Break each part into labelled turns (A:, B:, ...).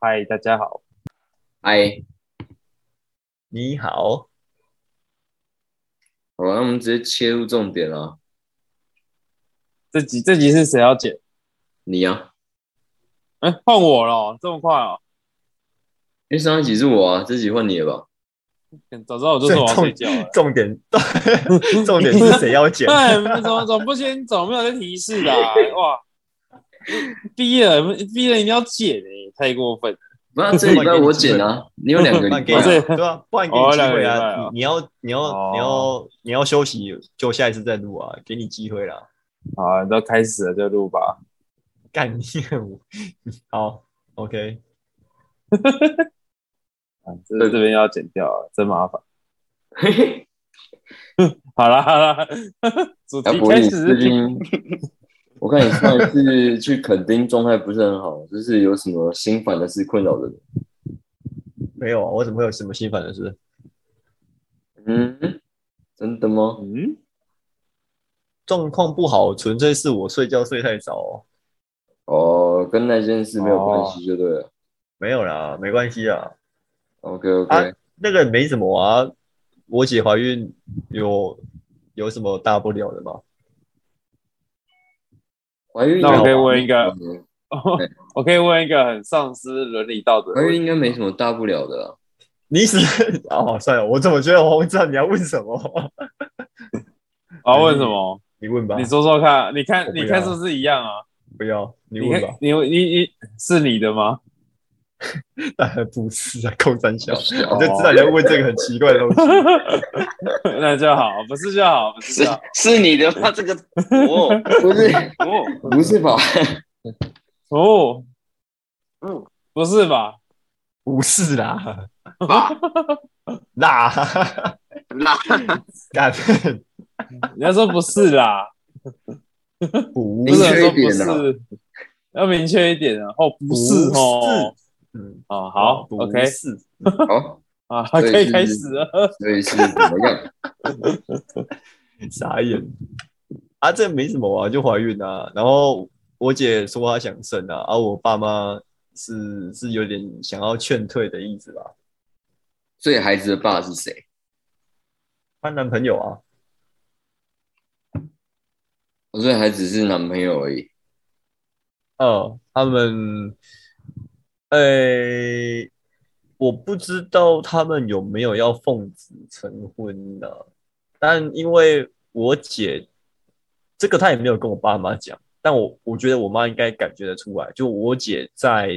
A: 嗨，大家好，
B: 哎，
C: 你好，
B: 好了，那我们直接切入重点啊了。
A: 这集这集是谁要剪？
B: 你啊，
A: 哎、换我了，这么快哦！
B: 因为上一集是我啊，这集换你了吧？
A: 嗯早知道我就说我要睡觉了。
C: 重点重点是谁要剪？
A: 哎，你们怎么总不先总没有在提示的、啊？ 哇，逼了逼了，你要剪哎、太过分！
B: 不然这礼拜我剪啊，你有两 个
C: 不
B: 礼
C: 然给
B: 拜啊、
C: 你
A: 对
C: 对啊，不然给
A: 哦
C: 你机
A: 两个
C: 会
A: 礼拜
C: 啊！
A: 啊
C: 你你要你要
A: 哦
C: 你要你要休息，就下一次再录啊，给你机会啦。
A: 好啊，都开始了就录吧。
C: 干你很无好，OK，
A: 啊，这这边要剪掉了，真麻烦。
B: 嘿嘿
A: 好啦好啦， 主
B: 阿
A: 题
B: 伯，
A: 开
B: 你
A: 始
B: 最
A: 是
B: 近，我看你上一次去垦丁状态不是很好，就是有什么心烦的事困扰着你？
C: 没有啊，我怎么会有什么心烦的事？
B: 嗯，真的吗？
A: 嗯，
C: 状况不好，纯粹是我睡觉睡太早哦、
B: 哦，跟那件事没有关系就对了。
C: 没有啦，没关系啊，
B: OK OK，、
A: 哦
C: 啊那个没什么啊。我姐怀孕有有什么大不了的吗？
B: 怀孕
A: 那我
B: 应该
A: 可以问一 个，
B: 嗯
A: 我可以问一个很丧失伦理道德的
B: 怀
A: 问
B: 孕
A: 题，
B: 应该没什么大不了的啊 啦。
C: 你是 哦，算了，我怎么觉得我知道你要问什么？
A: 我要问什么？
C: 你问吧，
A: 你说说看，你看
C: 我不
A: 你看
C: 要
A: 是不是一样啊？
C: 不要，你
A: 你
C: 问
A: 看
C: 吧。
A: 你你你是你的吗？
C: 但 不是啊，空三小， 我
B: 是哦
C: 就知道你要问这个很奇怪的东 西。
A: 那就好，不是就好，不是就好。
D: 是你的吗？这个哦
B: 啊 不是
D: 哦，
B: 不是吧？
A: 哦，
D: 嗯，
A: 不是吧？
C: 不是啦，
D: 爸，
C: 啦，
D: 那
C: 干
A: 人家说不是啦，
C: 不
A: 不
B: 明
A: 是
B: 确
A: 说
B: 一
A: 不
B: 点啊
A: 是，要明确一点啊。哦，不是
C: 不
A: 哦，
C: 嗯，
A: 哦，好
C: 不
A: ，OK
C: 是
B: 好，
A: 啊，
B: 对
A: 可以
B: 是
A: 开始了。
B: 哦 所以是怎么样？
C: 傻眼啊，这没什么啊，就怀孕啊。然后我姐说她想生啊，啊，我爸妈是是有点想要劝退的意思吧。
B: 所以孩子的爸是谁？
C: 她男朋友啊，
B: 我哦所以还只是男朋友而已。
C: 嗯，他们，诶、我不知道他们有没有要奉子成婚呢、但因为我姐，这个她也没有跟我爸妈讲，但我我觉得我妈应该感觉得出来，就我姐在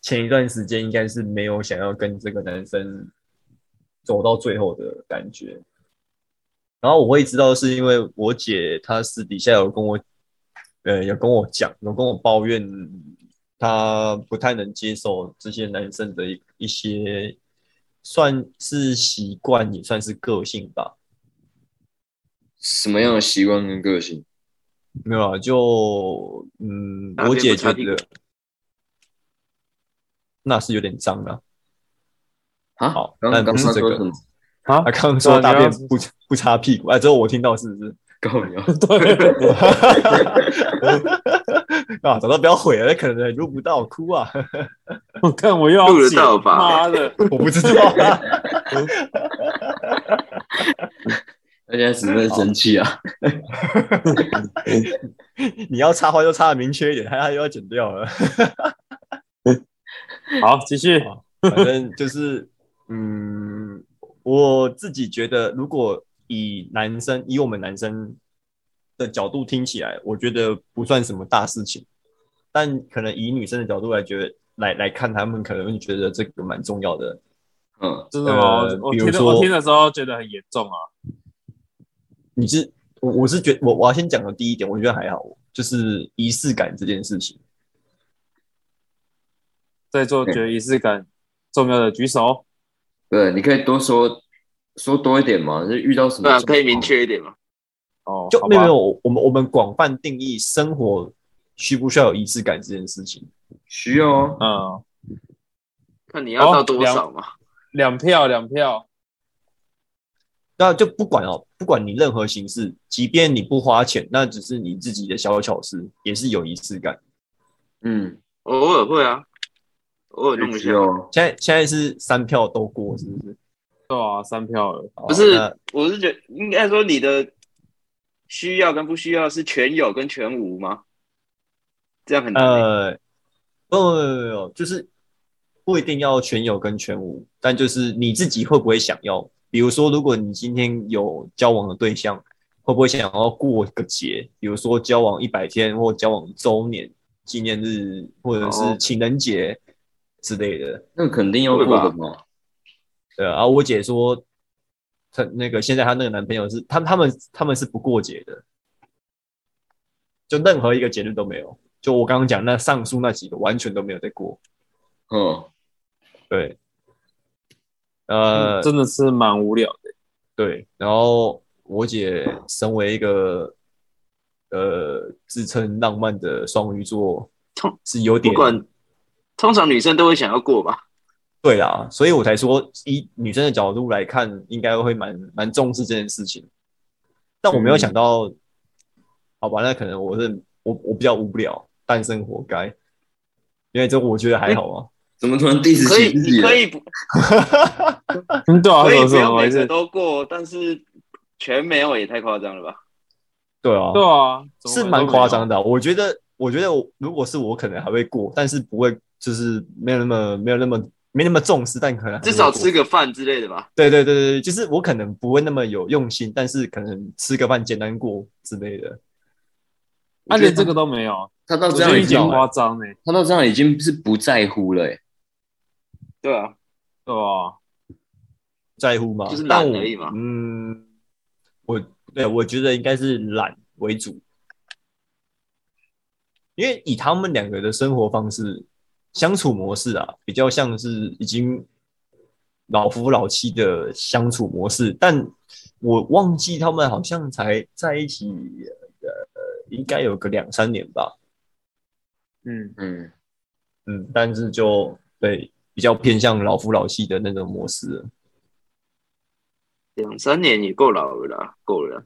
C: 前一段时间应该是没有想要跟这个男生走到最后的感觉。然后我会知道，是因为我姐她私底下有跟我，呃，有跟我讲，有跟我抱怨，她不太能接受这些男生的一一些，算是习惯，也算是个性吧。
B: 什么样的习惯跟个性？
C: 没有啊，就嗯，
D: 哪边
C: 我姐
D: 不擦
C: 觉
D: 屁股
C: 得那是有点脏啊。
B: 啊
C: 好
B: 刚
C: 但
B: 刚
C: 不
B: 刚说
C: 是这个
B: 什么？
A: 啊
C: 她，刚刚说大便
A: 对啊你要
C: 不不擦屁股，哎，只有我听到是不是？
B: 告你啊！
A: 对，
C: 啊，早知道不要毁了，那可能录不到，哭啊！
A: 我看我又要
D: 录得
A: 剪
D: 到吧
A: 妈的，
C: 我不知道、啊，
B: 大家只是生气啊！
C: 你要插花就插的明确一点，他他又要剪掉了。
A: 好，继续。
C: 好 反正就是，嗯，我自己觉得，如果以男生以我们男生的角度听起来，我觉得不算什么大事情，但可能以女生的角度来觉得来来看，他们可能会觉得这个蛮重要的。
B: 嗯，
A: 真的吗？
C: 呃
A: 我我
C: 比如
A: 听的
C: 说
A: 我听的时候觉得很严重啊。
C: 你是我我是觉我我要先讲的第一点，我觉得还好，就是仪式感这件事情。
A: 在座
C: 嗯
A: 觉得仪式感重要的举手。
B: 对，你可以多说说多一点嘛。就是遇到什么
D: 那
B: 状况
D: 啊可以明确一点吗？
A: 哦，
C: 就
A: 好吧
C: 没有没有，我我们我们广泛定义生活需不需要有仪式感这件事情。
B: 需要啊。
A: 嗯，
D: 看你
A: 哦
D: 要到多少嘛？
A: 两票两票，
C: 那就不管哦，不管你任何形式，即便你不花钱，那只是你自己的小巧思，也是有仪式感。
B: 嗯，
D: 偶尔会啊，偶尔弄一下
B: 需。要
C: 现在现在是三票都过，是不是？哦
A: 对啊，三票了，
C: 不
D: 不是，
A: 哦
D: 我是觉得应该说你的需要跟不需要是全有跟全无吗？这样很难欸、
C: 呃，不不不不不，就是不一定要全有跟全无，但就是你自己会不会想要？比如说，如果你今天有交往的对象，会不会想要过个节？比如说交往一百天，或交往周年纪念日，或者
D: 哦
C: 是情人节之类的。
B: 那肯定要过的嘛。
C: 对啊，然后我姐说，她那个现在她那个男朋友是他他们他们是不过节的，就任何一个节日都没有。就我刚刚讲那上述那几个完全都没有在过。
B: 嗯，
C: 对，
D: 嗯
C: 呃，
A: 嗯真的是蛮无聊的。
C: 对，然后我姐身为一个呃自称浪漫的双鱼座
D: 痛，
C: 是有
D: 不
C: 点
D: 管，通常女生都会想要过吧？
C: 对啦，所以我才说以女生的角度来看，应该会蛮蛮重视这件事情。但我
A: 嗯
C: 没有想到，好吧，那可能我是我我比较无聊，单身活该，因为这我觉得还好啊。
B: 怎么突然 diss
D: 可以，
B: 起自己
D: 你
B: 了
D: 可？以不，
A: 嗯， 对啊，
D: 可
A: 怎
D: 以
A: 么
D: 不
A: 怎么
D: 用
A: 回
D: 每个
A: 事？
D: 都过，但是全没有也太夸张了吧？
C: 对啊，
A: 对啊，怎么
C: 是
A: 会
C: 蛮
A: 都没
C: 夸
A: 有
C: 张的啊、我觉得，我觉得我如果是我，可能还会过，但是不会，就是没有那么没有那么没那么重视，但可能还是
D: 至
C: 会
D: 少
C: 过
D: 吃。个饭之类的吧？
C: 对对对对对，就是我可能不会那么有用心，但是可能吃个饭简单过之类的。
A: 啊，连这个都没有，
B: 他到
A: 我
B: 这
A: 觉
B: 样
A: 得
B: 已
A: 已
B: 经
A: 经，夸张呢，
B: 他到这样已经是不在乎了、欸。
D: 对啊，
A: 对啊吧？
C: 在乎吗？
D: 就是懒
C: 但我
D: 而已嘛
C: 嗯，我对我觉得应该是懒为主，因为以他们两个的生活方式、相处模式啊，比较像是已经老夫老妻的相处模式。但我忘记他们好像才在一起，呃，应该有个两三年吧。
A: 嗯，
B: 嗯，
C: 嗯，但是就对比较偏向老夫老妻的那种模式了。
D: 两三年也够老了啦，够了啦。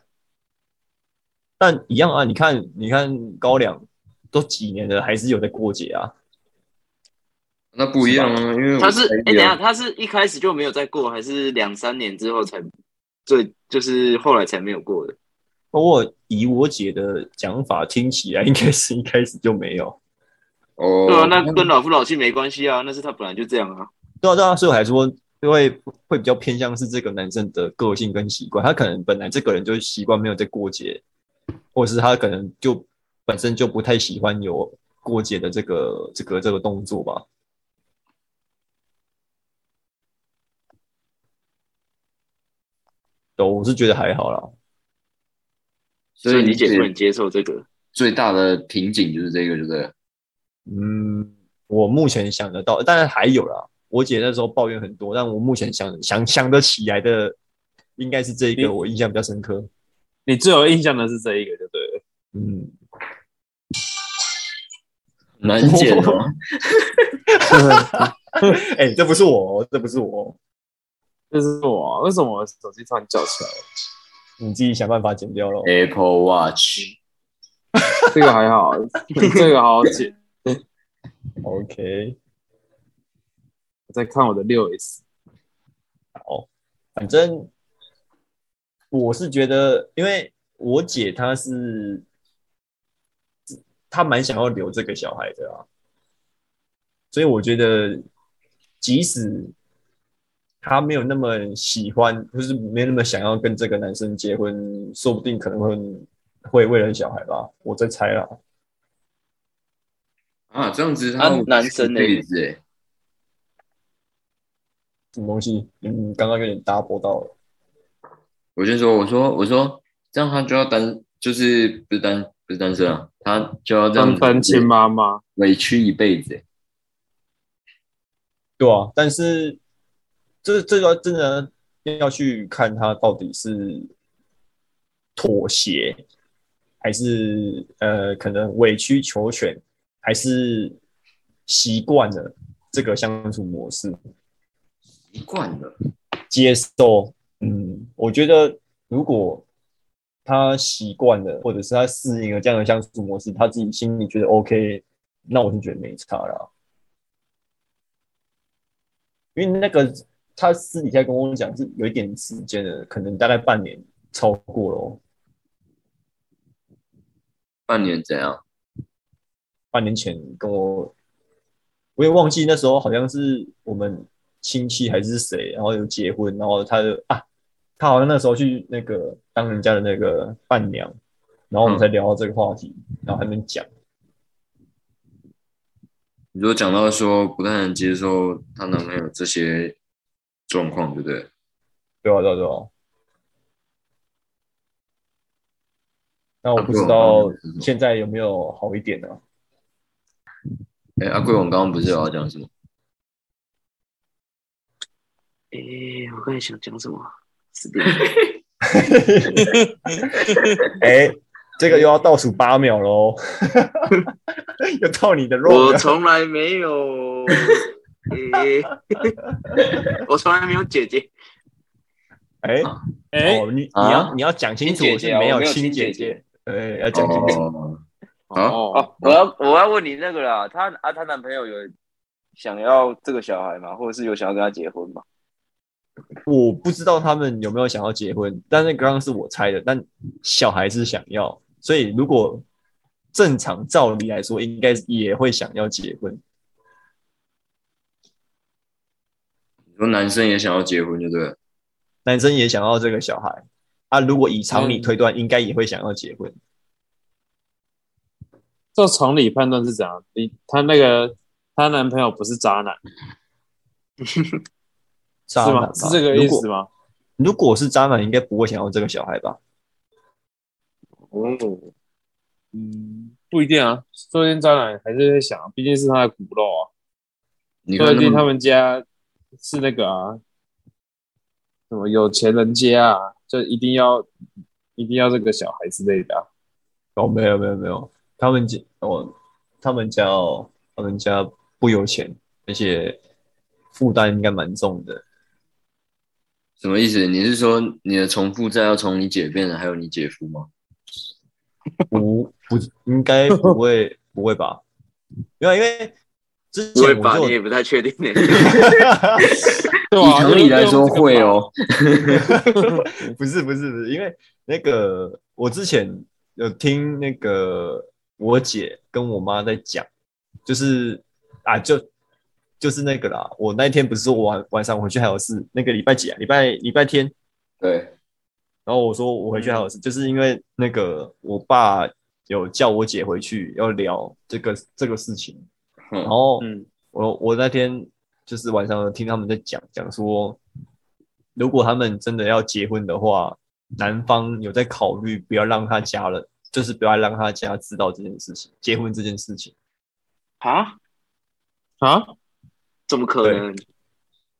C: 但一样啊，你看，你看高粱都几年了，还是有在过节啊。
B: 那不一样啊，因为我
D: 他是
B: 才
D: 哎、等一
B: 聊
D: 下，他是一开始就没有再过，还是两三年之后才最就是后来才没有过的？
C: 不过以我姐的讲法听起来，应该是一开始就没有。
B: 哦，
D: 对啊，那跟老夫老妻没关系啊，那是他本来就这样啊。
C: 对啊，对啊，所以我还说，因为会比较偏向是这个男生的个性跟习惯，他可能本来这个人就习惯没有在过节，或者是他可能就本身就不太喜欢有过节的这个这个这个动作吧。对，我是觉得还好啦。
D: 所以
B: 你
D: 你姐不能
B: 姐
D: 接受这个，
B: 最大的瓶颈就是这个，对不 对了？
C: 嗯，我目前想得到，当然还有啦。我姐那时候抱怨很多，但我目前想想想得起来的，应该是这一
A: 你
C: 个我印象比较深刻。
A: 你最有印象的是这一个，就对了。
C: 嗯，
B: 难解哦。
C: 哎、这不是我哦，这不是我哦，
A: 这是我啊，为什么我手机突然叫起来了？
C: 你自己想办法剪掉
B: 哎
C: 咯。
B: Apple Watch，
A: 这个还好，这个好解。
C: OK，
A: 我在看我的六 S，
C: 哦反正我是觉得，因为我姐她是她蛮想要留这个小孩的啊，所以我觉得即使她没有那么喜欢，就是没有那么想要跟这个男生结婚，说不定可能会会为了小孩吧，我在猜啦。
B: 啊，这样子
D: 啊
B: 他
D: 男生呢
B: 呢？哎，
C: 什么东西？嗯，刚刚有点搭不到了。
B: 我就说，我说，我说，这样他就要单，就是不是单，不是单身啊，他就要这样
A: 当
B: 子
A: 单亲妈妈，
B: 委屈一辈子。哎
C: 对啊，但是这这个真的要去看他到底是妥协，还是呃可能委曲求全，还是习惯了这个相处模式，
B: 习惯了，
C: 接受。嗯，我觉得如果他习惯了，或者是他适应了这样的相处模式，他自己心里觉得 OK，那我是觉得没差啦。因为那个他私底下跟我讲是有一点时间的，可能大概半年超过咯，
B: 半年怎样？
C: 半年前跟我，我也忘记那时候好像是我们亲戚还是谁，然后有结婚，然后他就啊，他好像那时候去那个当人家的那个伴娘，然后我们才聊到这个话题，然后还没讲。
B: 你说讲到说不太能接受她男朋友这些状况，对不对？
C: 对啊，对啊，对啊。那我不知
B: 阿贵
C: 道
B: 我刚刚是什么
C: 现在有没有好一点呢、啊？
B: 哎，阿贵，我们刚刚不是有要讲什么？
D: 诶、我刚才想讲什么？死掉！
C: 哎、这个又要倒数八秒 喽，又到你的肉
D: 我
C: 了。
D: 从来没有，诶、 我从来没有姐姐。
C: 哎、
A: 哎、
C: 哦，你你
B: 啊
C: 要你要讲清楚，
D: 亲姐
C: 是
D: 姐啊
C: 没
D: 我
C: 有
D: 没有
C: 亲
D: 亲
C: 姐
D: 姐姐
C: 姐，对，要讲清楚。
B: 哦，啊
A: 哦
D: 哦，，我要我要问你那个啦，她啊，她男朋友有想要这个小孩吗？或者是有想要跟她结婚吗？
C: 我不知道他们有没有想要结婚，但是刚刚是我猜的，但小孩是想要，所以如果正常照理来说，应该也会想要结婚。
B: 你说男生也想要结婚，对不对了？
C: 男生也想要这个小孩啊。如果以常理
A: 嗯
C: 推断，应该也会想要结婚。
A: 照常理判断是怎样？你她那个她男朋友不是渣男
C: 渣
A: 是
C: 男
A: 吗
C: 吧？
A: 是这个意
C: 如
A: 思
C: 果
A: 吗？
C: 如果是渣男，应该不会想要这个小孩吧？
D: 哦，
A: 嗯，不一定啊，说不定渣男还是会想，毕竟是他的骨肉啊。
B: 你
A: 说
C: 啊
B: 看
A: 不
B: 那
A: 定他
B: 么，
A: 们家是那个啊，什么有钱人家啊，就一定要一定要这个小孩之类的啊、
C: 哦，没有没有没有，他们家哦，他们家哦，他们家不有钱，而且负担应该蛮重的。
B: 什么意思？你是说你的重复债要从你姐变成还有你姐夫吗？
C: 不不，应该不会不会吧？没有，因为之
D: 不
C: 前
D: 会
C: 我
D: 吧？
C: 就
D: 你也不太确定欸呢、
A: 对
B: 以
A: 啊，
B: 常理来说会
A: 哦。
B: 哦。
C: 不是不是不是，因为那个我之前有听那个我姐跟我妈在讲，就是啊就就是那个啦，我那一天不是说我晚晚上回去还有事，那个礼拜几啊？礼拜礼拜天，
B: 对，
C: 然后我说我回去还有事，就是因为那个我爸有叫我姐回去要聊这个这个事情，
B: 嗯
C: 然后
A: 嗯，
C: 我我那天就是晚上听他们在讲讲说，如果他们真的要结婚的话，男方有在考虑不要让他家人，就是不要让他家知道这件事情，结婚这件事情。
D: 啊？
A: 啊，
D: 怎么可能？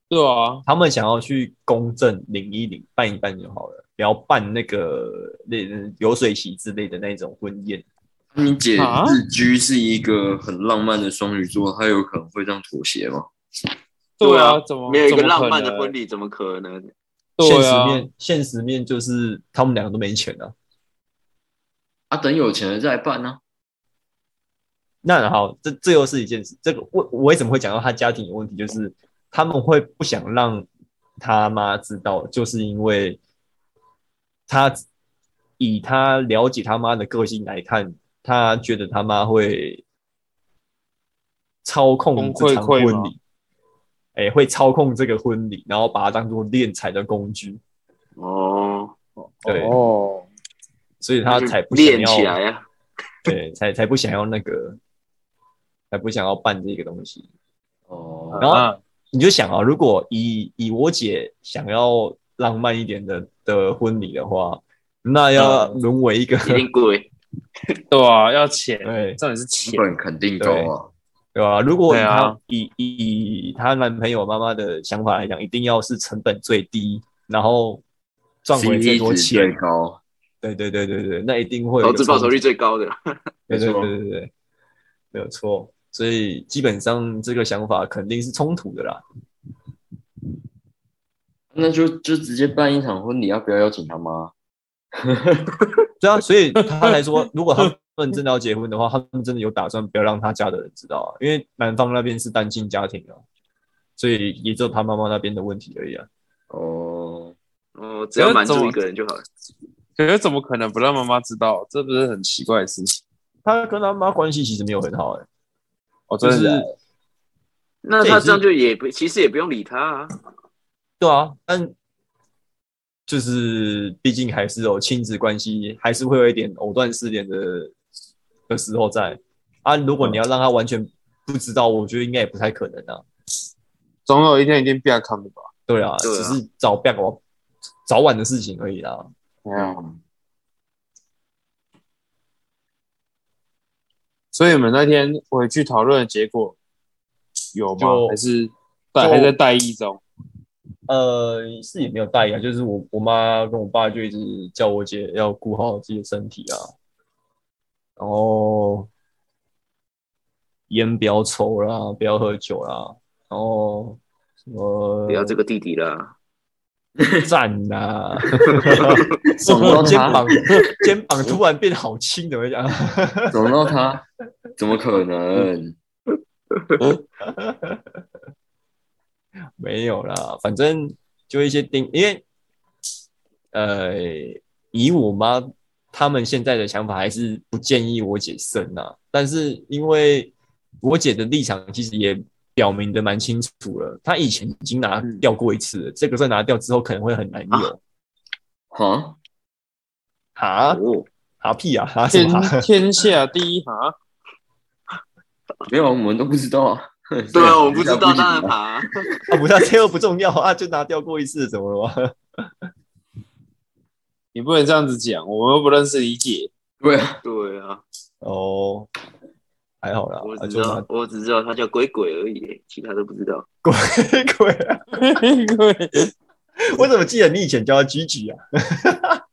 A: 对啊，
C: 他们想要去公证领一领，办一办就好了，不要办那个那那流水席之类的那种婚宴。
B: 你姐
A: 啊
B: 自居是一个很浪漫的双鱼座，她有可能会这样妥协吗？
A: 对啊，
D: 对啊
A: 怎么
D: 没有一个
A: 怎么可
D: 浪漫的
A: 能
D: 婚礼，怎么可能？
C: 现
A: 对
C: 实
A: 啊，
C: 面现实面就是他们两个都没钱啊。
B: 啊，等有钱了再办啊呢、
C: 那好，这这又是一件事。这个为我为什么会讲到他家庭有问题，就是他们会不想让他妈知道，就是因为他以他了解他妈的个性来看，他觉得他妈会操控这
A: 崩
C: 场
A: 溃溃
C: 婚
A: 吗
C: 礼，哎、会操控这个婚礼，然后把它当做敛财的工具，
D: 哦，
C: 对，
A: 哦，
C: 所以他才不想
D: 练
C: 要
D: 起来啊！
C: 对，才才不想要那个，才不想要办这个东西。
B: 哦，
C: 然后
A: 啊
C: 你就想啊，如果以以我姐想要浪漫一点的的婚礼的话，那要
A: 嗯
C: 沦为一个、
D: 一定贵，
A: 对啊，要钱，
C: 对
A: 重点是
B: 成
A: 钱，
B: 本肯定高啊。
C: 对吧、如果以
A: 对
C: 她、
A: 啊
C: 以以以她男朋友妈妈的想法来讲，一定要是成本最低，然后赚回
B: CP
C: 最多
B: 值最
C: 钱。
B: 高，
C: 对对对对对，那一定会有
D: 投资报酬率最高的。
C: 对对
B: 没错
C: 对对对，没有错。所以基本上这个想法肯定是冲突的啦。
B: 那就就直接办一场婚礼，要不要邀请他妈？
C: 对啊，所以他才说，如果他们真的要结婚的话，他们真的有打算不要让他家的人知道啊，因为男方那边是单亲家庭啊。所以也只有他妈妈那边的问题而已啊。
B: 哦，
D: 哦，只要满足一个人就好了。
A: 可是怎么可能不让妈妈知道？这不是很奇怪的事情？
C: 他跟他妈关系其实没有很好、欸，哎，
A: 哦，真
C: 就
A: 的
C: 是
A: 假的
D: 那他这样就也不，其实也不用理他啊。
C: 对啊，但就是毕竟还是有亲子关系，还是会有一点藕断丝连的的时候在啊。如果你要让他完全不知道，我觉得应该也不太可能啊。
A: 总有一天一定变康的吧？
C: 对啊，
D: 对啊
C: 只是早变我早晚的事情而已啦。
A: 没有，
B: 嗯，
A: 所以你们那天回去讨论的结果有吗
C: 就？
A: 还是待
C: 就
A: 还在待议中？
C: 呃，是也没有带啊，就是我我妈跟我爸就一直叫我姐要顾好自己的身体啊，然后烟不要抽啦，不要喝酒啦，然后什么
D: 不要这个弟弟啦，
C: 赞 呐、
B: 爽到
C: 肩
B: 他
C: 膀，肩膀突然变好轻，怎么讲？
B: 懂到他，怎么可能？
C: 没有啦，反正就一些定，因为呃，以我妈他们现在的想法，还是不建议我姐生啊。但是因为我姐的立场其实也表明的蛮清楚了，她以前已经拿掉过一次了，这个再拿掉之后可能会很难有。
B: 哈，
C: 哈
D: 哦，
C: 哈屁啊，哈什
A: 天
C: 么哈？
A: 天下第一哈，
B: 没有，我们都不知道 啊。
D: 对啊，我们不知道，当
B: 怕。
D: 然爬。
C: 啊，不是啊，这又不重要啊，就拿掉过一次，怎么了吗？
A: 你不能这样子讲，我们又不认识你 姐。
B: 对啊，
D: 对啊，
C: 哦，还好啦，
D: 我
C: 啊
D: 只
C: 就
D: 知
C: 拿
D: 道，我只知道他叫鬼鬼而已，其他都不知道。
C: 鬼鬼啊！我怎么记得你以前叫他 Gigi 啊？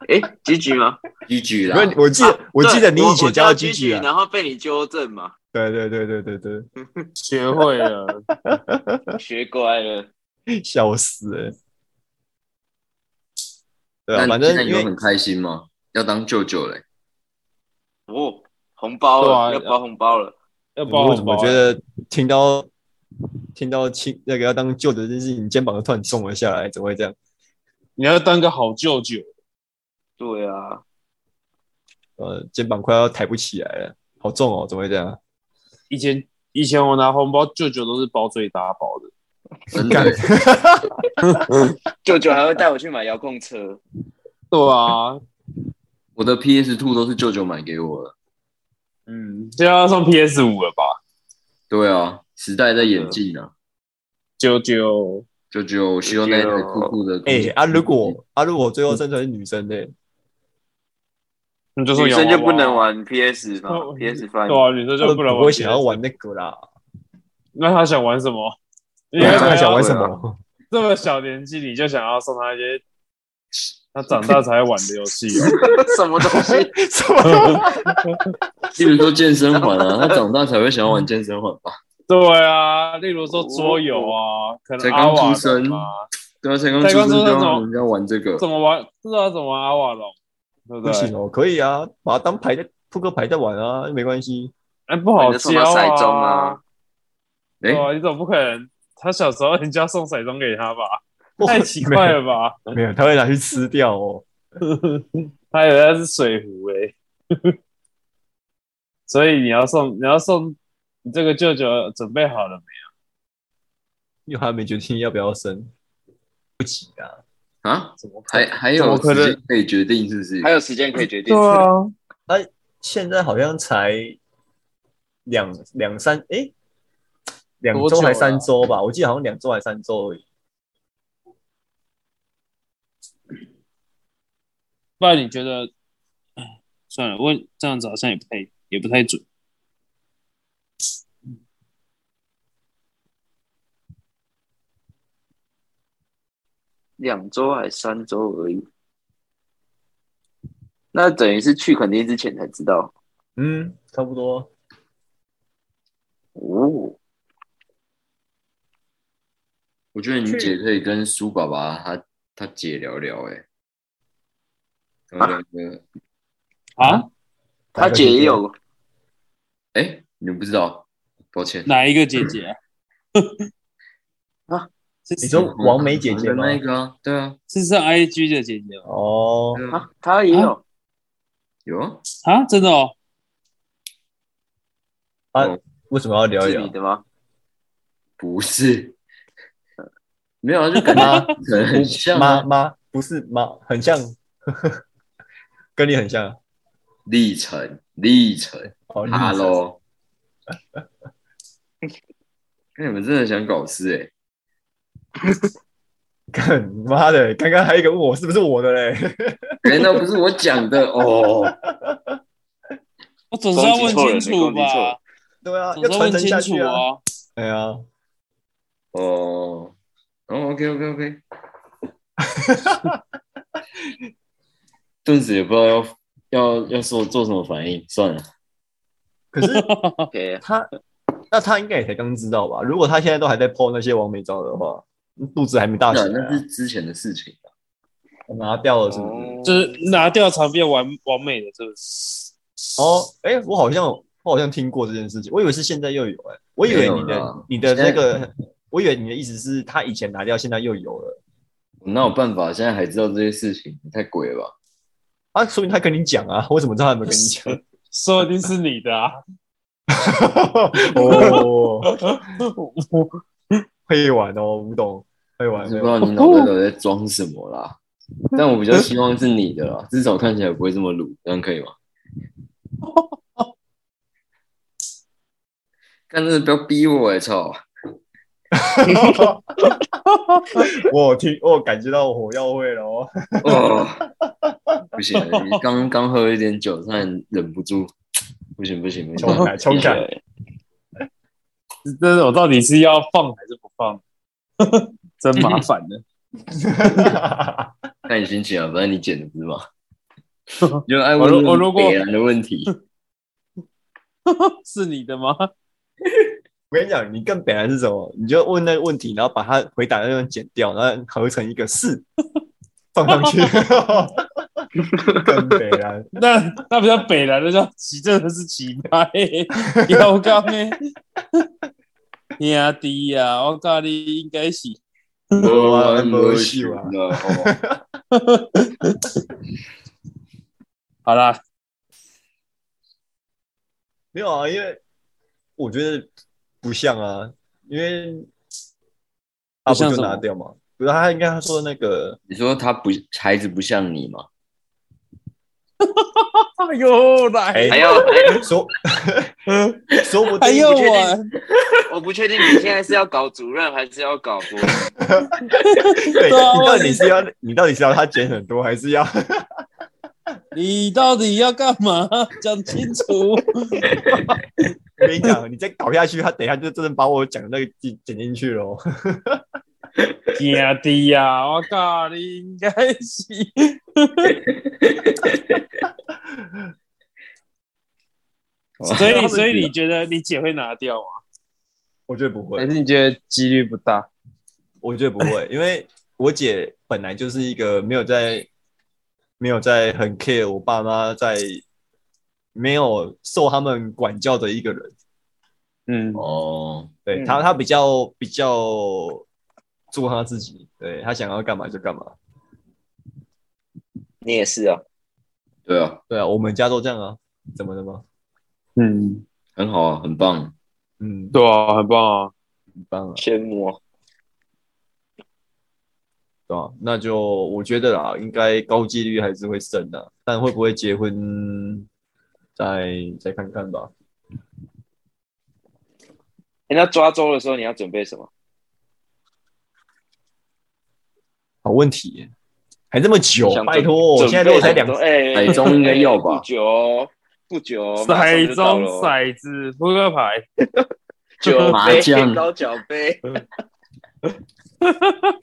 D: 哎，吉吉吗？
B: 一局
C: 因
B: 啦
C: 为，我记
B: 啊
C: 得，我记得你
D: 对
C: 以前叫他
D: 我叫
C: Gigi 啊。
D: 然后被你纠正嘛，
C: 对对对对对对，
A: 学会了，
D: 学乖了。
C: 笑死欸！对
B: 那
C: 啊，
B: 你
C: 反
B: 现在
C: 正因
B: 有
C: 为
B: 很开心吗？要当舅舅 嘞，
D: 哦，红包了，
A: 对
D: 要
A: 啊
D: 包红包了。
A: 要 包
C: 嗯我
A: 红
C: 怎
A: 包
C: 么
A: 啊。
C: 觉得听到听到亲那个要当舅的这件事情，肩膀都突然重了下来，怎么会这样？
A: 你要当个好舅舅，
D: 对啊，
C: 呃，肩膀快要抬不起来了，好重哦，怎么会这样？
A: 以前以前我拿红包，舅舅都是包最大包的。
B: 真
C: 干
B: 的，
D: 舅舅还会带我去买遥控车。
A: 对啊，
B: 我的 PS Two 都是舅舅买给我的。
A: 嗯，现在要上 PS 五了吧？
B: 对啊，时代在演进啊，
A: 舅舅，
B: 舅舅，我希望那台酷酷的。
C: 哎啊，如
B: 嗯
C: 果啊，如果最后生出来是女生呢？
A: 你就说
D: 女
A: 有
D: 生就不能
A: 玩，
D: 玩 PS 嘛
A: 哦
D: ，PS
A: 对
D: Five。
A: 啊，女生就不能玩。
C: 我想要玩，那个啦，
A: 那他想玩什么？ 你
B: 啊
A: 为
C: 他想玩
B: 对
C: 什
B: 啊
C: 么？
A: 这么小年纪你就想要送他一些他长大才会玩的游戏哦？
D: 什么东西？
C: 什么？
B: 例如说健身环 啊，他长大才会想要玩健身环吧？
A: 对啊，例如说桌游啊，可能
B: 才
A: 阿
B: 刚
A: 瓦
B: 出生
A: 隆啊，
B: 对啊，才刚
A: 才
B: 出
A: 刚
B: 生就
A: 出生
B: 让人家玩这个
A: 怎，么玩不知道怎么玩阿瓦隆，对不
C: 不行
A: 对？
C: 哦，可以啊，把它当牌在扑克牌在玩啊，没关系。
A: 哎，不好
D: 你送
A: 教
D: 他骰盅
A: 啊
B: 哎
D: 啊！！
A: 对，啊，你总不可能他小时候人家送骰盅给他吧？太奇
C: 没
A: 怪
C: 有
A: 了吧？
C: 没有，他会拿去吃掉哦。
A: 他以为他是水壶哎、欸， 所以你要送你要送你这个舅舅准备好了没？
C: 因为还没决定要不要生，不急啊。
B: 啊，
A: 怎么可
B: 还
A: 能
B: 还
A: 怎
B: 有
A: 么可
B: 时
A: 能
B: 间可以决定，是不是
D: 还？有时间可以决定。
A: 对啊，
C: 现在好像才两两三诶，两
A: 多久
C: 周
A: 啊
C: 还三周吧，我记得好像两周还三周而已。
A: 不然你觉得？哎算了，问这样子好像也不太也不太准。
D: 两周还三周而已。那等于是去垦丁之前才知道
C: 嗯，差不多。
D: 哦。
B: 我觉得你姐可以跟苏爸爸他他姐聊聊，哎，他们两个，
A: 啊？
D: 他姐也有，
B: 哎，你们不知道，抱歉，
A: 哪一个姐姐啊？
D: 啊？
A: 是
C: 你说
B: 嗯
C: 王梅姐姐
B: 的
C: 吗？
B: 那个啊，对啊，
A: 是是 IG 的姐姐吗？
C: 哦，
B: 对啊
D: 啊，他也有，
B: 有啊，
A: 啊，真的哦，
C: 为什么要聊一
D: 是
C: 聊
D: 你？的吗？
B: 不是，没有啊，就感
C: 妈
B: 觉可能很像
C: 妈
B: 啊，
C: 妈不是妈，很像， 跟你很像。啊
B: 历程历程
C: 哦，你
B: 哈 喽，那哎你们真的想搞事哎、
C: 干妈的，刚刚还有一个问我是不是我的嘞？
B: 欸？难道不是我讲的哦？
A: 我总是要问清楚
D: 攻击错人攻击错人
A: 吧，
C: 对啊，
A: 总
C: 要
A: 是要
C: 传
A: 问
C: 承
A: 清
C: 下去
A: 楚
C: 啊。
A: 啊。
C: 对啊，
B: 哦，哦，OK OK OK，顿时也不知道要要要说做什么反应，算了，
C: 可是
D: OK，
C: 他，那他应该也才刚知道吧？如果他现在都还在 PO 那些完美照的话，嗯肚子还没大起
B: 那
C: 来
B: 那
C: 啊、
B: 是之前的事情啊
C: 拿掉哦了是不
D: 哦
C: 是？
A: 就是拿掉长变完完美的，是不是？
C: 哦，哎、我好像我好像听过这件事情，我以为是现在又有哎、我以为你
B: 没有啦
C: 的你的
B: 现在
C: 那个，我以为你的意思是他以前拿掉，现在又有了
B: 我哪有办法？现在还知道这些事情，你太鬼了吧？
C: 啊，说明他跟你讲啊，我怎么知道他有没有跟你讲？
A: 说一定是你的啊！
C: 哦，会玩哦，吴董会玩
B: 我
C: 会
B: 是
C: 玩
B: 不知道你脑袋到底在装什么 啦。但我比较希望是你的啦，至少看起来不会这么鲁，这样可 以吗？干真的不要逼我哎、操！
C: 我有听，我有感觉到火药味 了哦。
B: 哦，不行，你刚刚喝一点酒，差点忍不住，不行不行不行，
C: 冲感冲感
A: 这种到底是要放还是不放？ 真麻烦呢。
B: 看你心情啊，反正你剪的不是吗？ 你就爱问
A: 我如
B: 这种
A: 我如果
B: 北兰的 问题，
A: 是你的吗？
C: 我跟你讲，你更北来是什么？你就问那个问题，然后把它回答的那段剪掉，然后合成一个 是放上去。更北来，
A: 那那比较北来的叫奇，真的是奇葩、欸，腰杆诶，兄弟啊，我告你应该是
B: 我
C: 没
B: 戏
C: 事啊
B: 了， 哦
A: 好啦，
C: 没有啊，因为我觉得不像啊，因为啊，
A: 不
C: 不
A: 像
C: 就
A: 什么
C: 拿掉嘛。不是他应该他说那 个
B: 你说他不孩子不像你吗？
A: 哎呦来，
D: 哎
B: 还要
C: 说 说不
A: 哎
C: 定
A: 呦
D: 我觉得
A: 我，
D: 我不确定你现在是要搞主任还是要搞国文，
C: 对，
A: 对啊
C: 你
A: 我
C: 到
A: 也
C: 底
A: 是
C: 是要你到底是要他剪很多，还是要
A: 你到底要干嘛？讲清 楚，
C: 我跟你讲，你再搞下去，他等一下就真的把我讲的那个剪剪进去了。
A: 兄弟啊，我告你应该是
B: 哦
A: 所以所以你觉得你姐会拿掉吗？
C: 我觉得不
A: 还
C: 会，
A: 是你觉得几率不大？
C: 我觉得不会，因为我姐本来就是一个没有在没有在很 care 我爸妈在没有受他们管教的一个人。
A: 嗯，
B: 哦，
C: 对
D: 嗯
C: 她，她比较比较做她自己，对她想要干嘛就干嘛。
D: 你也是啊，
B: 对啊，
C: 对啊，我们家都这样啊，怎么的吗？
A: 嗯，
B: 很好啊，很棒，
C: 嗯，
A: 对啊，很棒啊。
C: 很棒啊，
D: 羡慕哦。
C: 对啊，那就我觉得啦，应该高几率还是会生的，但会不会结婚，再再看看吧。
D: 诶哎那抓周的时候你要准备什么？
C: 好问题耶，还这么久
D: 想，
C: 拜托，我
D: 准
C: 现在如果才两
D: 备，哎，
B: 台中应该要吧
D: 不久哦，不久哦，马上
A: 骰
D: 就到
A: 盅、
D: 了哦
A: 骰子、扑克牌，
D: 酒
B: 麻将
D: 杯、高脚杯，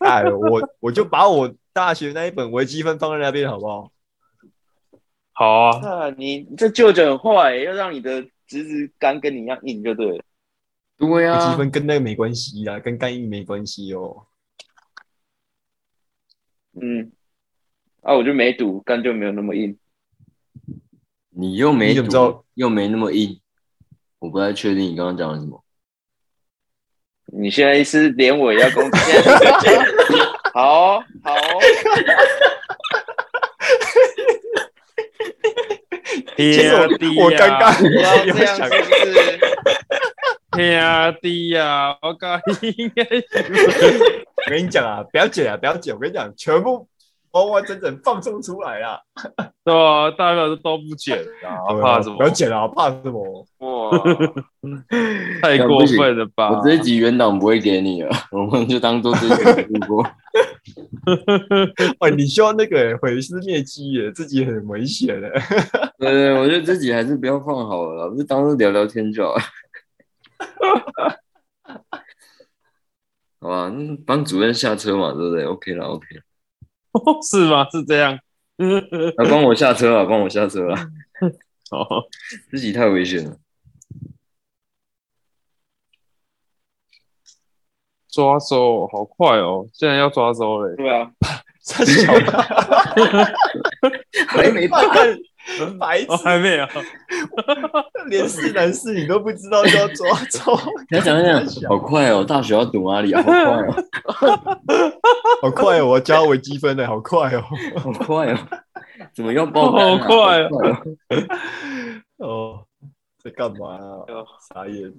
C: 哎，我我就把我大学那一本微积分放在那边好不好？
A: 好啊，
D: 啊，你这舅舅很坏，要让你的侄子肝跟你一样硬就对了。
B: 对
C: 微积
B: 啊，
C: 分跟那个没关系啦，跟干硬没关系哦。
D: 嗯，啊，我就没赌，肝就没有那么硬。
B: 你又没
C: 你怎么知道
B: 读又没那么硬，我不太确定你刚刚讲的什么。
D: 你现在是连我也要攻击， 现在是谁先好哦好哦，
A: 其
C: 实我
B: 啊
C: 我刚刚
D: 不要
C: 有
D: 这样
C: 想
D: 是不是？
A: 天地呀，我靠，应该
C: 我跟你讲啊，不要剪啊，不要剪！我跟你讲，全部完完整整放送出来啦。
A: 对啊，大不了就都不剪啊，怕什么
C: 不要？剪啊，怕什么？
D: 哇，
A: 太过分了
C: 啊
A: 吧？
B: 我这一集原档不会给你了， 我们就当做这一集没录过。
C: 哇，你需要那个欸毁尸灭迹耶，自己很危险的。
B: 对对，我觉得这集还是不要放好了啦，不是当做聊聊天就好了。 好吧，嗯帮主任下车嘛，对不对？OK 了，OK 了，
A: 是吗？是这样？
B: 啊，帮我下车啊，帮我下车啊，
A: 哦，
B: 自己太危险了。
A: 抓周好快哦，现在要抓周嘞。
D: 对啊，
C: 三小
B: 还哎没到，
C: 半白
A: 哦，还
C: 痴，
A: 没 有，
C: 连是男是女都不知道就要抓走，
B: 你要想一想，好快哦，大学要读哪里啊？好快哦，
C: 好快哦！我要加微积分的，好快哦！
B: 好快哦，怎么要爆肝啊
A: 好快哦
B: 好快哦！
C: 哦，在干嘛啊？傻眼！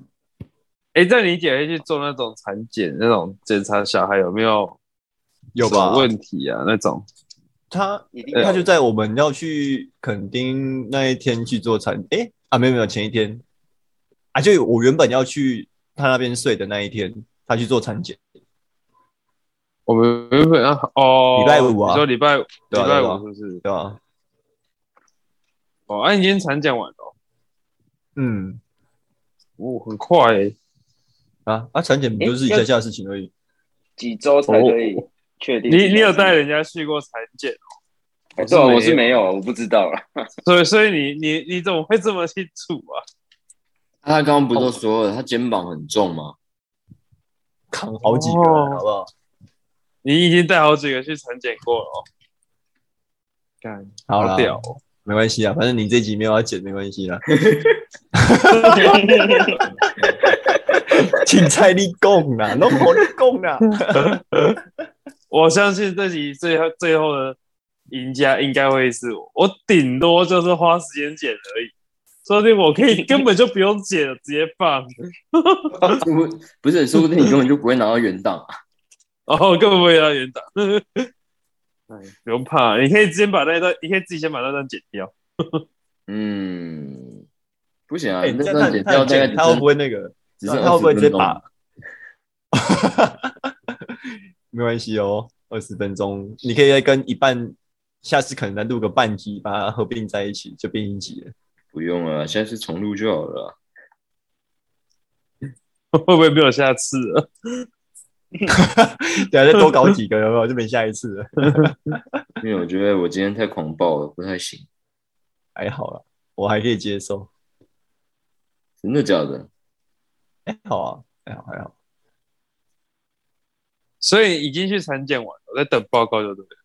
A: 哎、这样你姐会去做那种产检，那种检查小孩有没有
C: 有
A: 什
C: 吧
A: 么？问题啊？那种
C: 他
D: 一定
C: 他
A: 啊
D: 要
C: 就在我们要去垦丁那一天去做产，诶，啊，没有没有，前一天啊，就我原本要去他那边睡的那一天，他去做产检，
A: 我们原本要哦，
C: 礼拜五啊
A: 你说礼拜礼
C: 对啊
A: 拜
C: 对啊
A: 五是不是？
C: 对吧、
A: 哦，啊，你今天产检完了哦
C: 嗯，
A: 哦，很快、欸，
C: 啊啊，产检不就是一下下的事情而已，
D: 几周才可以确定？
A: 哦你你有带？人家去过产检哦，
D: 哎对啊，我是
A: 没
D: 没有，我不知道了。
A: 所以所以你你你怎么会这么清楚啊？
B: 他刚刚不都说了，他肩膀很重吗？
C: 扛好几个人，
A: 哦
C: 好不好？
A: 你已经带好几个去产检过了哦， 干，
C: 好啦
A: 屌、哦，
C: 没关系啊，反正你这集没有要剪，没关系啦， 请菜你供啦，弄好你供啦，
A: 我相信这集最后最后的赢家应该会是我，我顶多就是花时间剪而已，说不定我可以根本就不用剪了，直接放，
B: 不不是，说不定你根本就不会拿到原档。
A: 然后哦根本不会要原档。哎，不用怕，你可以先把那段，你可以自己先把那段剪掉。
B: 嗯，不行啊，
C: 哎，
B: 那
C: 这
B: 段
C: 样
B: 剪
C: 他
B: 掉
C: 他
B: 大概
C: 剪
B: 只
C: 他会
B: 剩
C: 不会那个？
B: 只剩
C: 他会不会
B: 20
C: 直接
B: 分钟
C: 把？ 没关系哦，二十分钟，你可以再跟一半，下次可能再录个半集，把它合并在一起，就变一集了。
B: 不用了，下次重录就好了啊。
A: 会不会没有下次了？
C: 等下啊再多搞几个，有没有就没下一次了？
B: 因为我觉得我今天太狂暴了，不太行。
C: 还好啦，我还可以接受。
B: 真的假的？
C: 哎、好啊，还好还好。
A: 所以已经去产检完了，我在等报告就对了。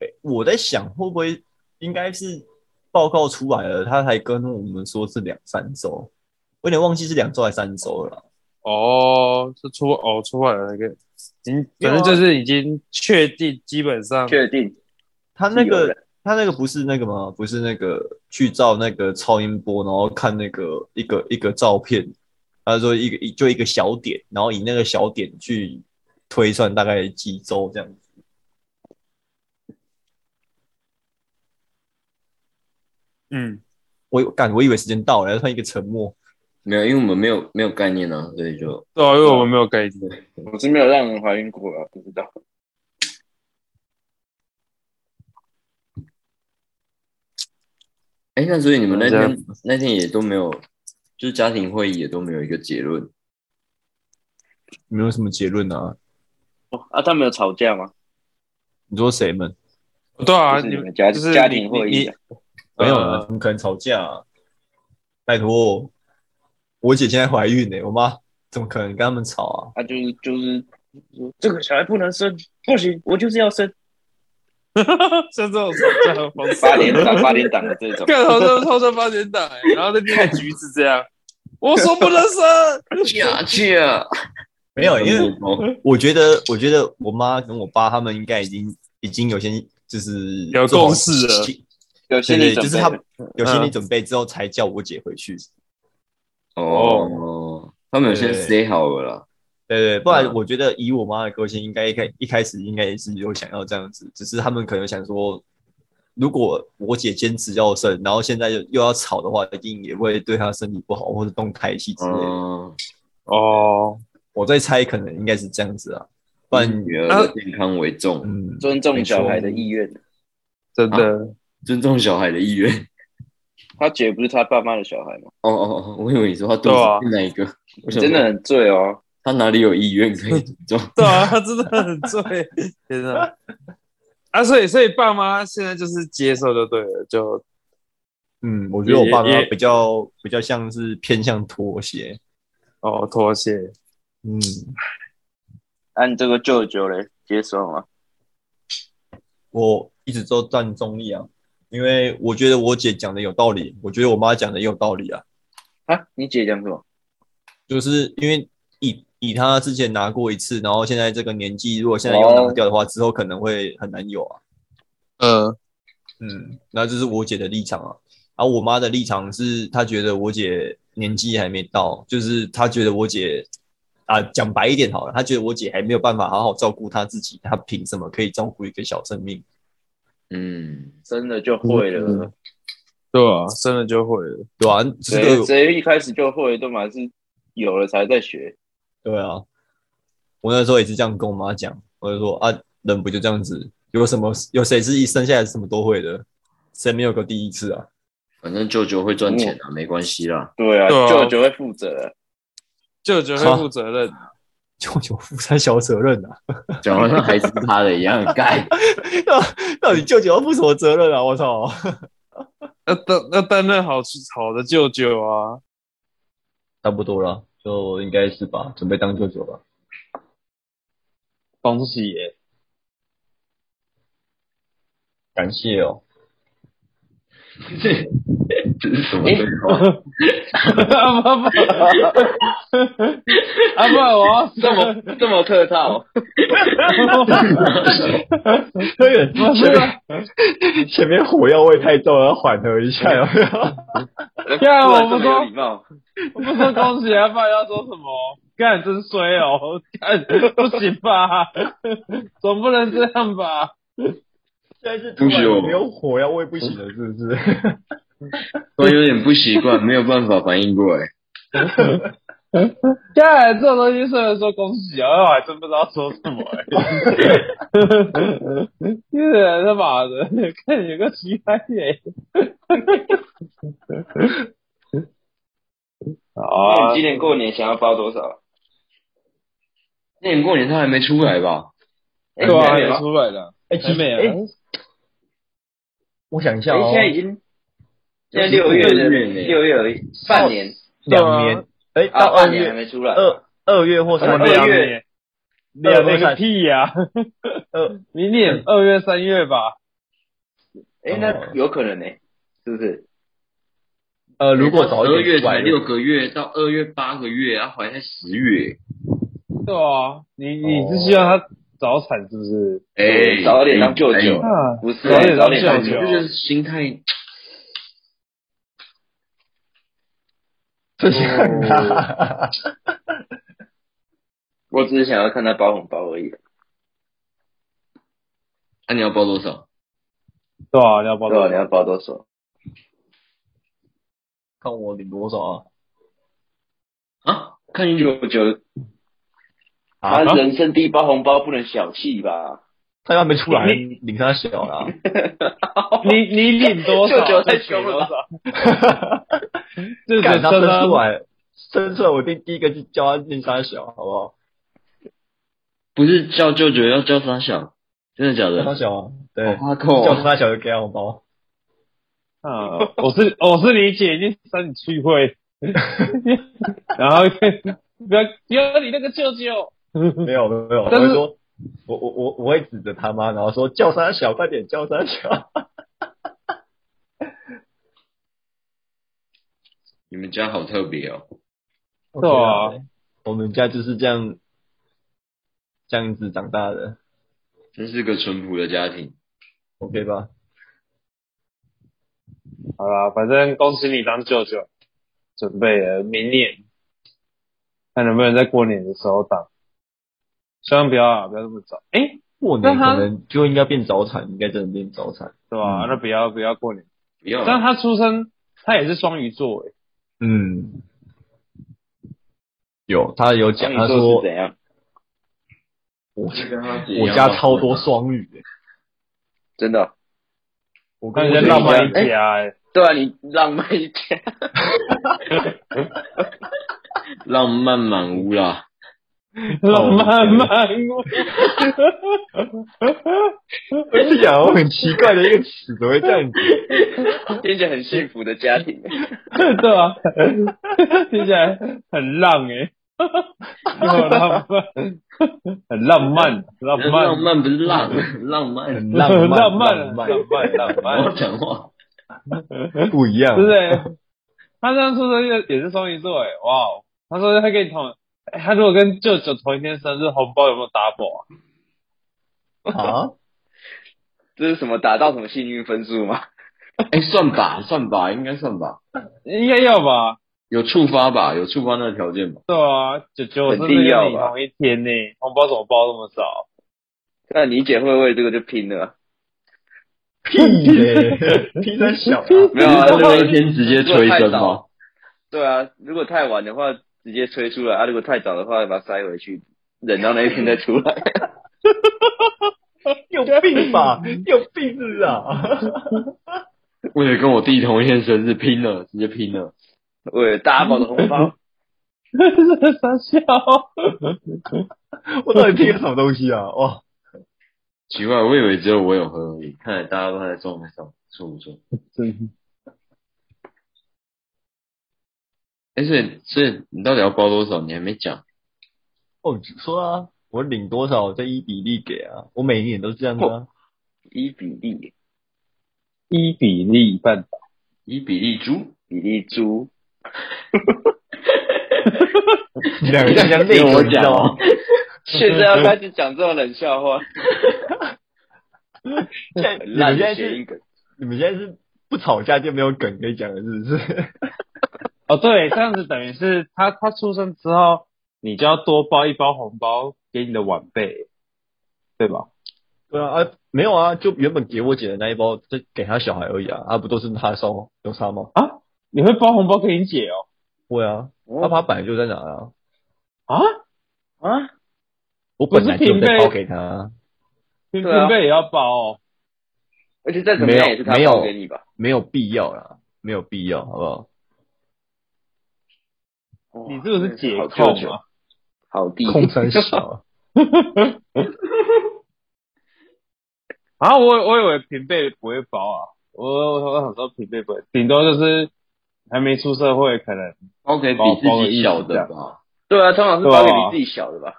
C: 哎、我在想会不会应该是报告出来了，他才跟我们说是两三周，我有点忘记是两周还是三周了啦。
A: 哦，是出哦出来了那个，已经反正就是已经确定，基本上
D: 确定
C: 他那
D: 是有
C: 个
D: 人
C: 他那个不是那个吗？不是那个去照那个超音波，然后看那个一个一个照片，他说一个一就一个小点，然后以那个小点去推算大概几周这样子。
A: 嗯，
C: 我感我以为时间到了，然后突然一个沉默。
B: 没有，因为我们没有没有概念啊，所以就
A: 对啊，因为我们没有概念。
D: 我是没有让人怀孕过啊，不知道。
B: 哎，那所以你们那
A: 大
B: 天那天也都没有，就是家庭会议也都没有一个结论。
C: 没有什么结论啊？
D: 哦啊，他们有吵架吗？
C: 你说谁们？
A: 对啊，
D: 就是
A: 你
D: 你们家
A: 就是
D: 家
A: 你
D: 庭会
A: 你
D: 议
A: 你
D: 啊，
C: 没有啊，
A: 呃
C: 怎么可能吵架、啊？拜托，我姐现在怀孕呢、我妈怎么可能跟他们吵啊？
D: 啊，就是就是这个小孩不能生，不行，我就是要生。
A: 像这种吵架的方式，
D: 八点档，八点档的这种，
A: 干好像超像八点档、欸，然后在那边橘子这样，我说不能生，
B: 下去啊！ 哦
C: 没有，因为 我觉得，我觉得我妈跟我爸他们应该已经已经有些就是
A: 有
C: 做好
A: 共识了
C: 心
D: 有
C: 对
D: 心理
C: 对，
D: 准
C: 就
D: 备
C: 是他们有心理
A: 嗯
C: 准备之后才叫我姐回去。
B: 哦，他们有先
C: 对
B: say 好了啦。
C: 对对，不然
B: 嗯
C: 我觉得以我妈的个性，应该一开一开始应该也是有想要这样子，只是他们可能想说，如果我姐坚持要生，然后现在又又要吵的话，一定也会对她身体不好，或者动胎气之类的。
B: 嗯，
A: 哦，
C: 我在猜，可能应该是这样子啊，不然
B: 以
A: 嗯
B: 女儿的健康为重，
C: 嗯，
D: 尊重小孩的意愿。
A: 哦真的，
B: 尊重小孩的意愿。
D: 他姐不是他爸妈的小孩吗？
B: 哦哦，哦，我以为你说他肚
A: 对啊
B: 子是哪一个？我
D: 你
B: 想
D: 真的
B: 说
D: 很醉哦。
B: 他哪里有意愿可以 尊重？
A: 对啊，他真的很醉，天哪！啊，所以所以爸妈现在就是接受就对了，就
C: 嗯，我觉得我爸
A: 也
C: 妈
A: 也
C: 比较比较像是偏向妥协，
A: 哦妥协。
C: 嗯，
D: 按啊这个舅舅嘞，接受吗？
C: 我一直都站中立啊，因为我觉得我姐讲的有道理，我觉得我妈讲的也有道理啊，
D: 啊，你姐讲什么？
C: 就是因为以以她之前拿过一次，然后现在这个年纪，如果现在又拿掉的话，之后可能会很难有啊，
A: 嗯，
C: 嗯，那这是我姐的立场啊，而我妈的立场是她觉得我姐年纪还没到，就是她觉得我姐啊讲白一点好了，她觉得我姐还没有办法好好照顾她自己，她凭什么可以照顾一个小生命？
B: 嗯，
D: 真的就会了，
A: 对啊，真的就会了。
C: 对啊，这
D: 谁
C: 个
D: 谁一开始就会，都嘛是有了才在学。
C: 对啊，我那时候也是这样跟我妈讲，我就说啊，人不就这样子，有什么有谁是一生下来什么都会的，谁没有个第一次啊？
B: 反正舅舅会赚钱啊，没关系啦。
D: 对啊，
A: 对啊
D: 舅舅会负责。
A: 舅舅会负责任，
C: 舅舅负担小责任啊，
B: 讲完像孩子是他的一样， 该
C: 到底舅舅要负什么责任啊？我操！
A: 那担那担任好好的舅舅啊。
C: 差不多了，就应该是吧，准备当舅舅了。
A: 恭喜耶！
C: 感谢哦，
B: 这是什么对话？
A: 阿爸爸，阿爸，我要
D: 这么这么客套，
C: 有点前面前面火药味太重了，要缓和一下。有没有
A: 看啊我不
B: 啊
D: 突然这么有
A: 说
D: 礼，貌。
A: 我不说恭喜，阿爸要说什么？干真衰哦，干不行吧？总不能这样吧？
C: 现在是
B: 不许我
C: 没有火药味不行了，是不是？
B: 我有点不习惯，没有办法反应过来。
A: 干这种东西虽然说恭喜啊，我还真不知道说什么、 欸。这人他妈的，看有个奇葩耶！
D: 那
A: 啊
D: 你今，年过年想要包多少？
B: 那年过年他还没出来吧？
D: 哎
A: 对啊，
D: 还没
A: 也
D: 吗
A: 出来了，
C: 哎、
A: 还
C: 其
A: 没
C: 实
A: 啊
C: 哎、我想一下
D: 哎，
C: 哦
D: 现，在已经现在六月了，
B: 六月呢
D: 六月而已，半年
C: 两年，哎、
A: 哦
D: 啊，
C: 到二
D: 半年还
C: 月
D: 没出来。
C: 二二月或三
D: 我
C: 月
D: 两
A: 两
D: 月
A: 年，两年个屁呀、
C: 二
A: 明年二月、三月吧。
D: 哎，
C: 哦
D: 那有可能呢，是不是？
C: 呃，如果早
B: 十二
C: 一
B: 月
C: 点出
B: 才
C: 来
B: 六个月，到二月八个月，他怀才十月，
A: 对啊，你你是希望他早产是不是？
B: 哎，
D: 早点当舅舅
B: 哎
A: 啊，
D: 不是，
A: 早点
D: 早点
A: 当
D: 当
A: 舅
B: 你
A: 舅
D: 舅
B: 这个心态，
C: 这
D: 哦
C: 样啊，
D: 我只是想要看他包红包而已。
B: 啊那你要包多少？
A: 对啊，你要报
D: 对啊，
A: 多
D: 你
A: 少？
D: 要包多少？
C: 看我领多少啊？
B: 啊？看你
D: 舅舅，他
C: 啊，
D: 人生第一包红包不能小气吧？
C: 他还没出来
A: 你，
C: 领他小啦。
A: 你你领多少？
D: 舅舅太
A: 就给
D: 凶了
A: 多
D: 吧
A: 少？这
C: 干
A: 人
C: 他
A: 生
C: 生
A: 啊
C: 出来，生出来我一定第一个就叫他念三小，好不好？
B: 不是叫舅舅，要叫他小，真的假
C: 叫他
B: 的？
C: 小啊，对，
B: 好哈扣
C: 叫
B: 啊，
C: 他小就给他红 包。
A: 啊，我是我是理解，你三你去会，然后不要不要你那个舅舅，
C: 没有没有，我
A: 但是
C: 会说，我我我我会指着他妈，然后说叫他小，快点叫他小。
B: 你们家好特别哦。
A: 对啊
C: OK 我们家就是这样这样子长大的
B: 真是个淳朴的家庭。
C: ，OK 吧？
A: 好啦，反正恭喜你当舅舅，准备了明年，看能不能在过年的时候当。千万不要啊，不要这么早，哎、
C: 过
A: 那
C: 年
A: 他
C: 可能就应该变早产，应该真的变早产。
A: 对吧、
C: 嗯
A: 那不要不要过年。
B: 不要
A: 但
B: 啊，
A: 他出生，他也是双鱼座、诶
C: 嗯，有他有讲，他
D: 双鱼座
C: 说
D: 是怎样？
C: 我
B: 就跟他姐一
C: 我
B: 样
C: 家
B: 吧
C: 超多双语、欸，
D: 真的哦？
C: 我跟哎
A: 那
C: 我
A: 人家浪漫一
C: 姐一样
A: 家、诶
D: 对啊，你浪漫一点。
B: 浪漫满屋啦。
A: 浪
C: 哦
A: 漫漫我。
C: 哎呀，我很奇怪的一个词，怎么会这样子？
D: 听起来很幸福的家庭，
A: 对啊， 听起来很浪哎、又浪漫，很浪漫，浪
B: 浪
A: 漫，
B: 漫不是浪，
C: 嗯
B: 浪漫
C: 很。 浪漫，
A: 浪漫
C: 浪
A: 浪漫浪漫
B: 好好讲话。
C: 不一样，
A: 对不对？他这样出生也也是双鱼座哎、哇哦！他说他跟你同，哎他如果跟舅舅同一天生日，红包有没有 double 啊？
C: 啊？
D: 这是什么达到什么幸运分数吗？
B: 哎、算吧，算吧，应该算吧。
A: 应该要吧？
B: 有触发吧，有触发那个条件吧。
A: 对啊，舅舅生
D: 肯
A: 日
D: 定要
A: 跟你
D: 吧
A: 同一天呢、红包怎么包那么少？
D: 那你姐会不会这个就拼了？
C: 屁嘞、 屁在小、啊，
D: 没有啊，
B: 那
D: 如果
B: 那一天直接催生吗？
D: 对啊，如果太晚的话，直接催出来啊；如果太早的话，把它塞回去，忍到那一天再出来。
C: 有病吧？有病是啊！
B: 为了跟我弟同一天生日，拼了，直接拼了。
D: 为了大包的红包，
A: 傻笑。
C: 我到底拼了什么东西啊？哇，
B: 奇怪，我以为只有我有喝而已，看来大家都在状态上说不错。哎、所以所以你到底要包多少？你还没讲。
C: 哦，说啊，我领多少我再依比例给啊，我每一年都是这样的、啊。
D: 一比一，
A: 哦一比例半，
B: 以比例猪，
D: 比例猪，
C: 你两个像像内
B: 用我
C: 鬼，你知
B: 讲
C: 道
B: 哦
C: 吗？
D: 现在要开始讲这种冷笑话，
C: 现在
D: 很
C: 你们
D: 烂
C: 现在
D: 的谐音
C: 是，
D: 梗。
C: 你们现在是不吵架就没有梗可以讲了，是不是？
A: 哦，对，这样子等于是他他出生之后，你就要多包一包红包给你的晚辈，对吧？
C: 对啊，啊，没有啊，就原本给我姐的那一包，再给她小孩而已啊，啊，不都是她烧有差吗？
A: 你会包红包给你姐哦？
C: 会啊，
D: 哦
C: 爸爸本来就在拿啊，
A: 啊，
D: 啊，
C: 我
A: 不是
C: 本来就有在
A: 平辈
C: 包给她啊，
A: 平
D: 对啊
A: 平辈也要包哦。
D: 而且再怎么样也是他
C: 没有
D: 包给你吧？
C: 没有必要啦，没有必要，好不好？
D: 哇
A: 你这个是解
D: 哦好舅
A: 扣
D: 舅
A: 嘛？
D: 好弟弟，
C: 空三小，
A: 啊，我我以为平辈不会包啊，我我我想说平辈不会，顶多就是还没出社会，可能
B: 包给比自己小的吧。
D: 对啊，通常是包给你自己小的吧？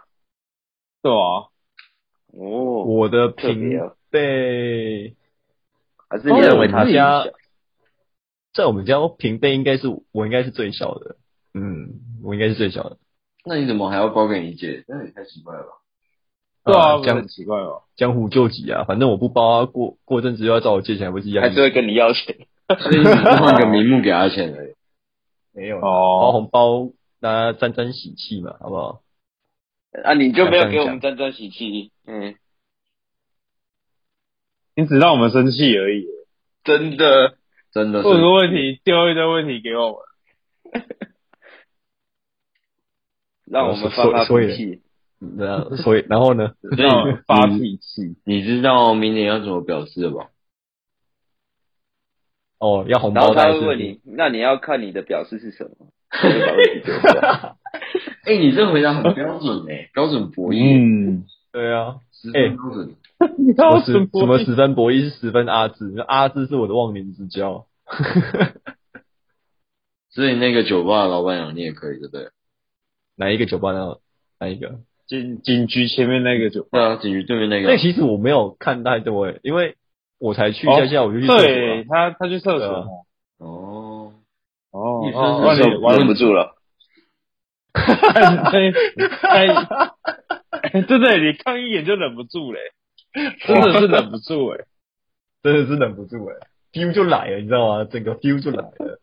A: 对啊，
D: 哦，
C: 我的哦
D: 特别
C: 平
D: 哦
C: 辈
D: 还是你认为他是你
C: 哦
B: 啊
C: 我
D: 小
C: 们？在我们家平辈应该是我应该是最小的，嗯，我应该是最小的，
B: 那你怎么还要包给你姐？那也太奇怪了吧。
A: 对啊，
C: 啊
A: 不是
C: 江
A: 很奇怪哦。
C: 江湖救急啊，反正我不包啊，过过阵子又要找我借钱，还不是一样
D: 还？是会跟你要钱？
B: 所以你换个名目给她钱而已。
C: 没有啊，包
A: 哦，
C: 红包大家沾沾喜气嘛，好不好？
D: 啊，你就没有给我们沾沾喜气？嗯，
A: 你只让我们生气而已，
D: 真的，
B: 真的是
A: 问个问题丢一堆问题给我们，
D: 让我们发发
C: 所以
D: 脾气。
C: 嗯那 所以然后呢？
B: 所以
A: 让我们发
B: 你
A: 脾气。
B: 你知道明年要怎么表示了吧？
C: 哦，要红
D: 然
C: 包
D: 后他
C: 袋
D: 会
C: 是不
D: 问
C: 是？
D: 你，那你要看你的表示是什么？他就把问题丢出来
B: 哎、你这回答很标准哎、标准博弈，
A: 嗯。
C: 对啊，
B: 十分标准。
A: 你
C: 我
A: 要
C: 十
A: 什么
C: 什么十分博弈是十分阿字，阿字是我的忘年之交。
B: 所以那个酒吧的老板娘你也可以，对不对？
C: 哪一个酒吧呢？哪一个？
A: 警警局前面那个酒
B: 对啊，警局对面那
C: 那
B: 个。
C: 其实我没有看太多诶，因为我才去一
A: 哦
C: 下下我就去厕所
A: 对
C: 了。
A: 他他去厕所
C: 对啊
A: 嘛
B: 哦，
A: 哦
B: 你
A: 哦
B: 真
A: 万
B: 是
A: 里
B: 受
A: 万
D: 忍
A: 里
D: 不住了，
A: 哎，真的，你看一眼就忍不住嘞，真的是忍不住哎。
C: 真的是忍不住哎、f e e l 就来了，你知道吗？整个 feel 就来了。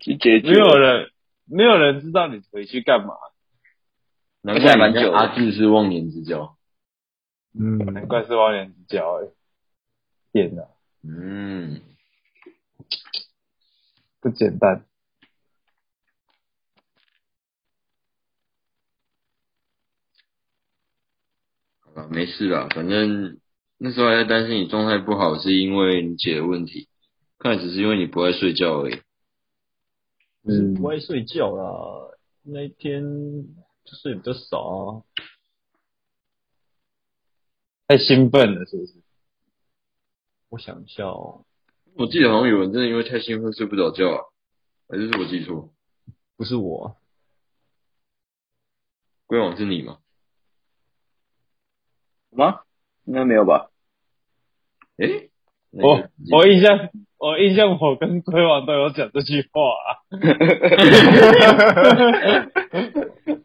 D: 去解决
A: 没有人，没有人知道你回去干嘛，
B: 难怪
D: 蛮
B: 人
D: 久
B: 家
D: 的
B: 阿志是忘年之交。
C: 嗯，
A: 难怪是忘年之交哎。天哪，
B: 嗯，
A: 不简单。
B: 好吧，没事啦，反正那时候还在担心你状态不好，是因为你姐的问题，看来只是因为你不爱睡觉而已。
C: 嗯，不爱睡觉啦，那一天就睡比较少啊。
A: 太兴奋了，是不是？
C: 我想一下哦，
B: 我记得好像有人真的因为太兴奋睡不着觉啊，还是是我记错？
C: 不是我，
B: 龟王是你吗？
D: 吗？应该没有吧？
B: 诶、那
A: 我
C: 哦
B: 个
A: 我印象，我印象，我跟龟王都有讲这句话啊、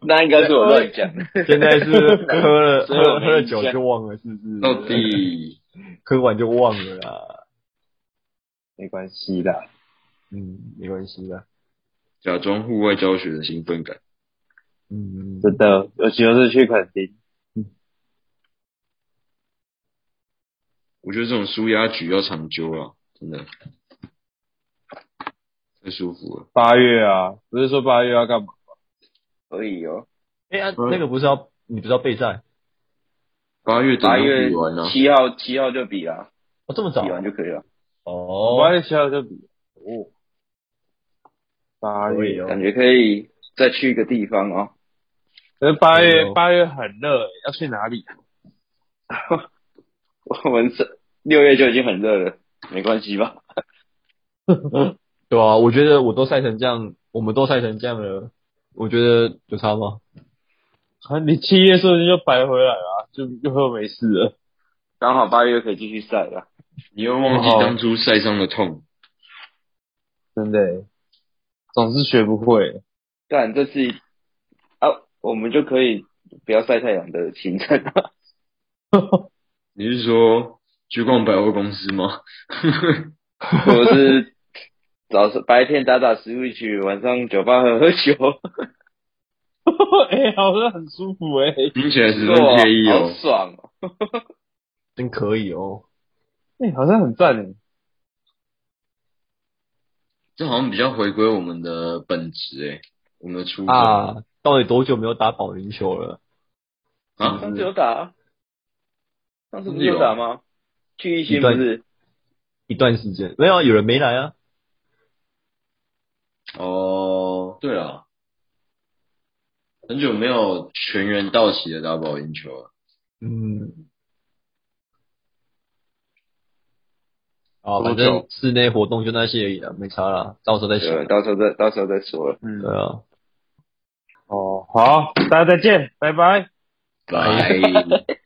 D: 那应该是我乱讲的。
C: 现在是喝了
D: 所以我
C: 喝
D: 没
C: 喝了
D: 印
C: 酒
D: 象
C: 就忘了，是不是？
B: 到底
C: 喝完就忘了啦。
A: 没关系的。
C: 嗯，没关系啦。
B: 假装户外教学的兴奋感，
C: 嗯，
A: 真的，尤其是去垦丁，
B: 我觉得这种舒压局要长久啊，真的太舒服了。
A: 八月啊，不是说八月要干嘛？
D: 所以哦，
C: 哎呀，那个不是要你不是要备战？
B: 八月等
D: 八
B: 到
D: 月
B: 比完啊，
D: 七号七号就比了，
C: 哦，这么早
D: 比？完就可以了。
A: 八
C: 哦，
A: 月七号就比哦，八
C: 可以
A: 月，
C: 哦
D: 感。觉可以再去一个地方哦。
A: 可是八
C: 哎呦
A: 月八月很热，欸要去哪里？
D: 我们这六月就已经很热了，没关系 吧？
C: 对啊，我觉得我都晒成这样，我们都晒成这样了，我觉得有差吗？
A: 啊，你七月说不定就白回来了啊，就又没事了。
D: 刚好八月可以继续晒了。
B: 你又忘记
A: 哦
B: 当初晒伤的痛。
A: 真的欸，总是学不 会。
D: 但这次啊，我们就可以不要晒太阳的行程了。
B: 你是说去逛百货公司吗？
D: 我是早上白天打打 Switch，晚上酒吧喝喝酒，
A: 哎、好像很舒服哎、
B: 听起来十分
D: 哇
B: 惬意
D: 好
B: 哦。
D: 爽哦！
C: 真可以哦。
A: 哎、好像很赞哎。
B: 这好像比较回归我们的本质诶、我们的初衷啊
C: 啊，到底多久没有打保龄球了？
D: 上次有打啊，上次不是有打吗？去一星
C: 一
D: 不
C: 段
D: 是？
C: 一段时间没有啊，有人没来啊。
B: 哦，对了，很久没有全员到齐的打保龄球了。
C: 嗯，啊，
A: 多
C: 反正室内活动就那些而已啊，没差啦，到时候再想
B: 啊
D: 对，。到时候再到时候再说了。
A: 嗯
C: 对啊，
A: 哦，好，大家再见，拜拜。
B: 拜。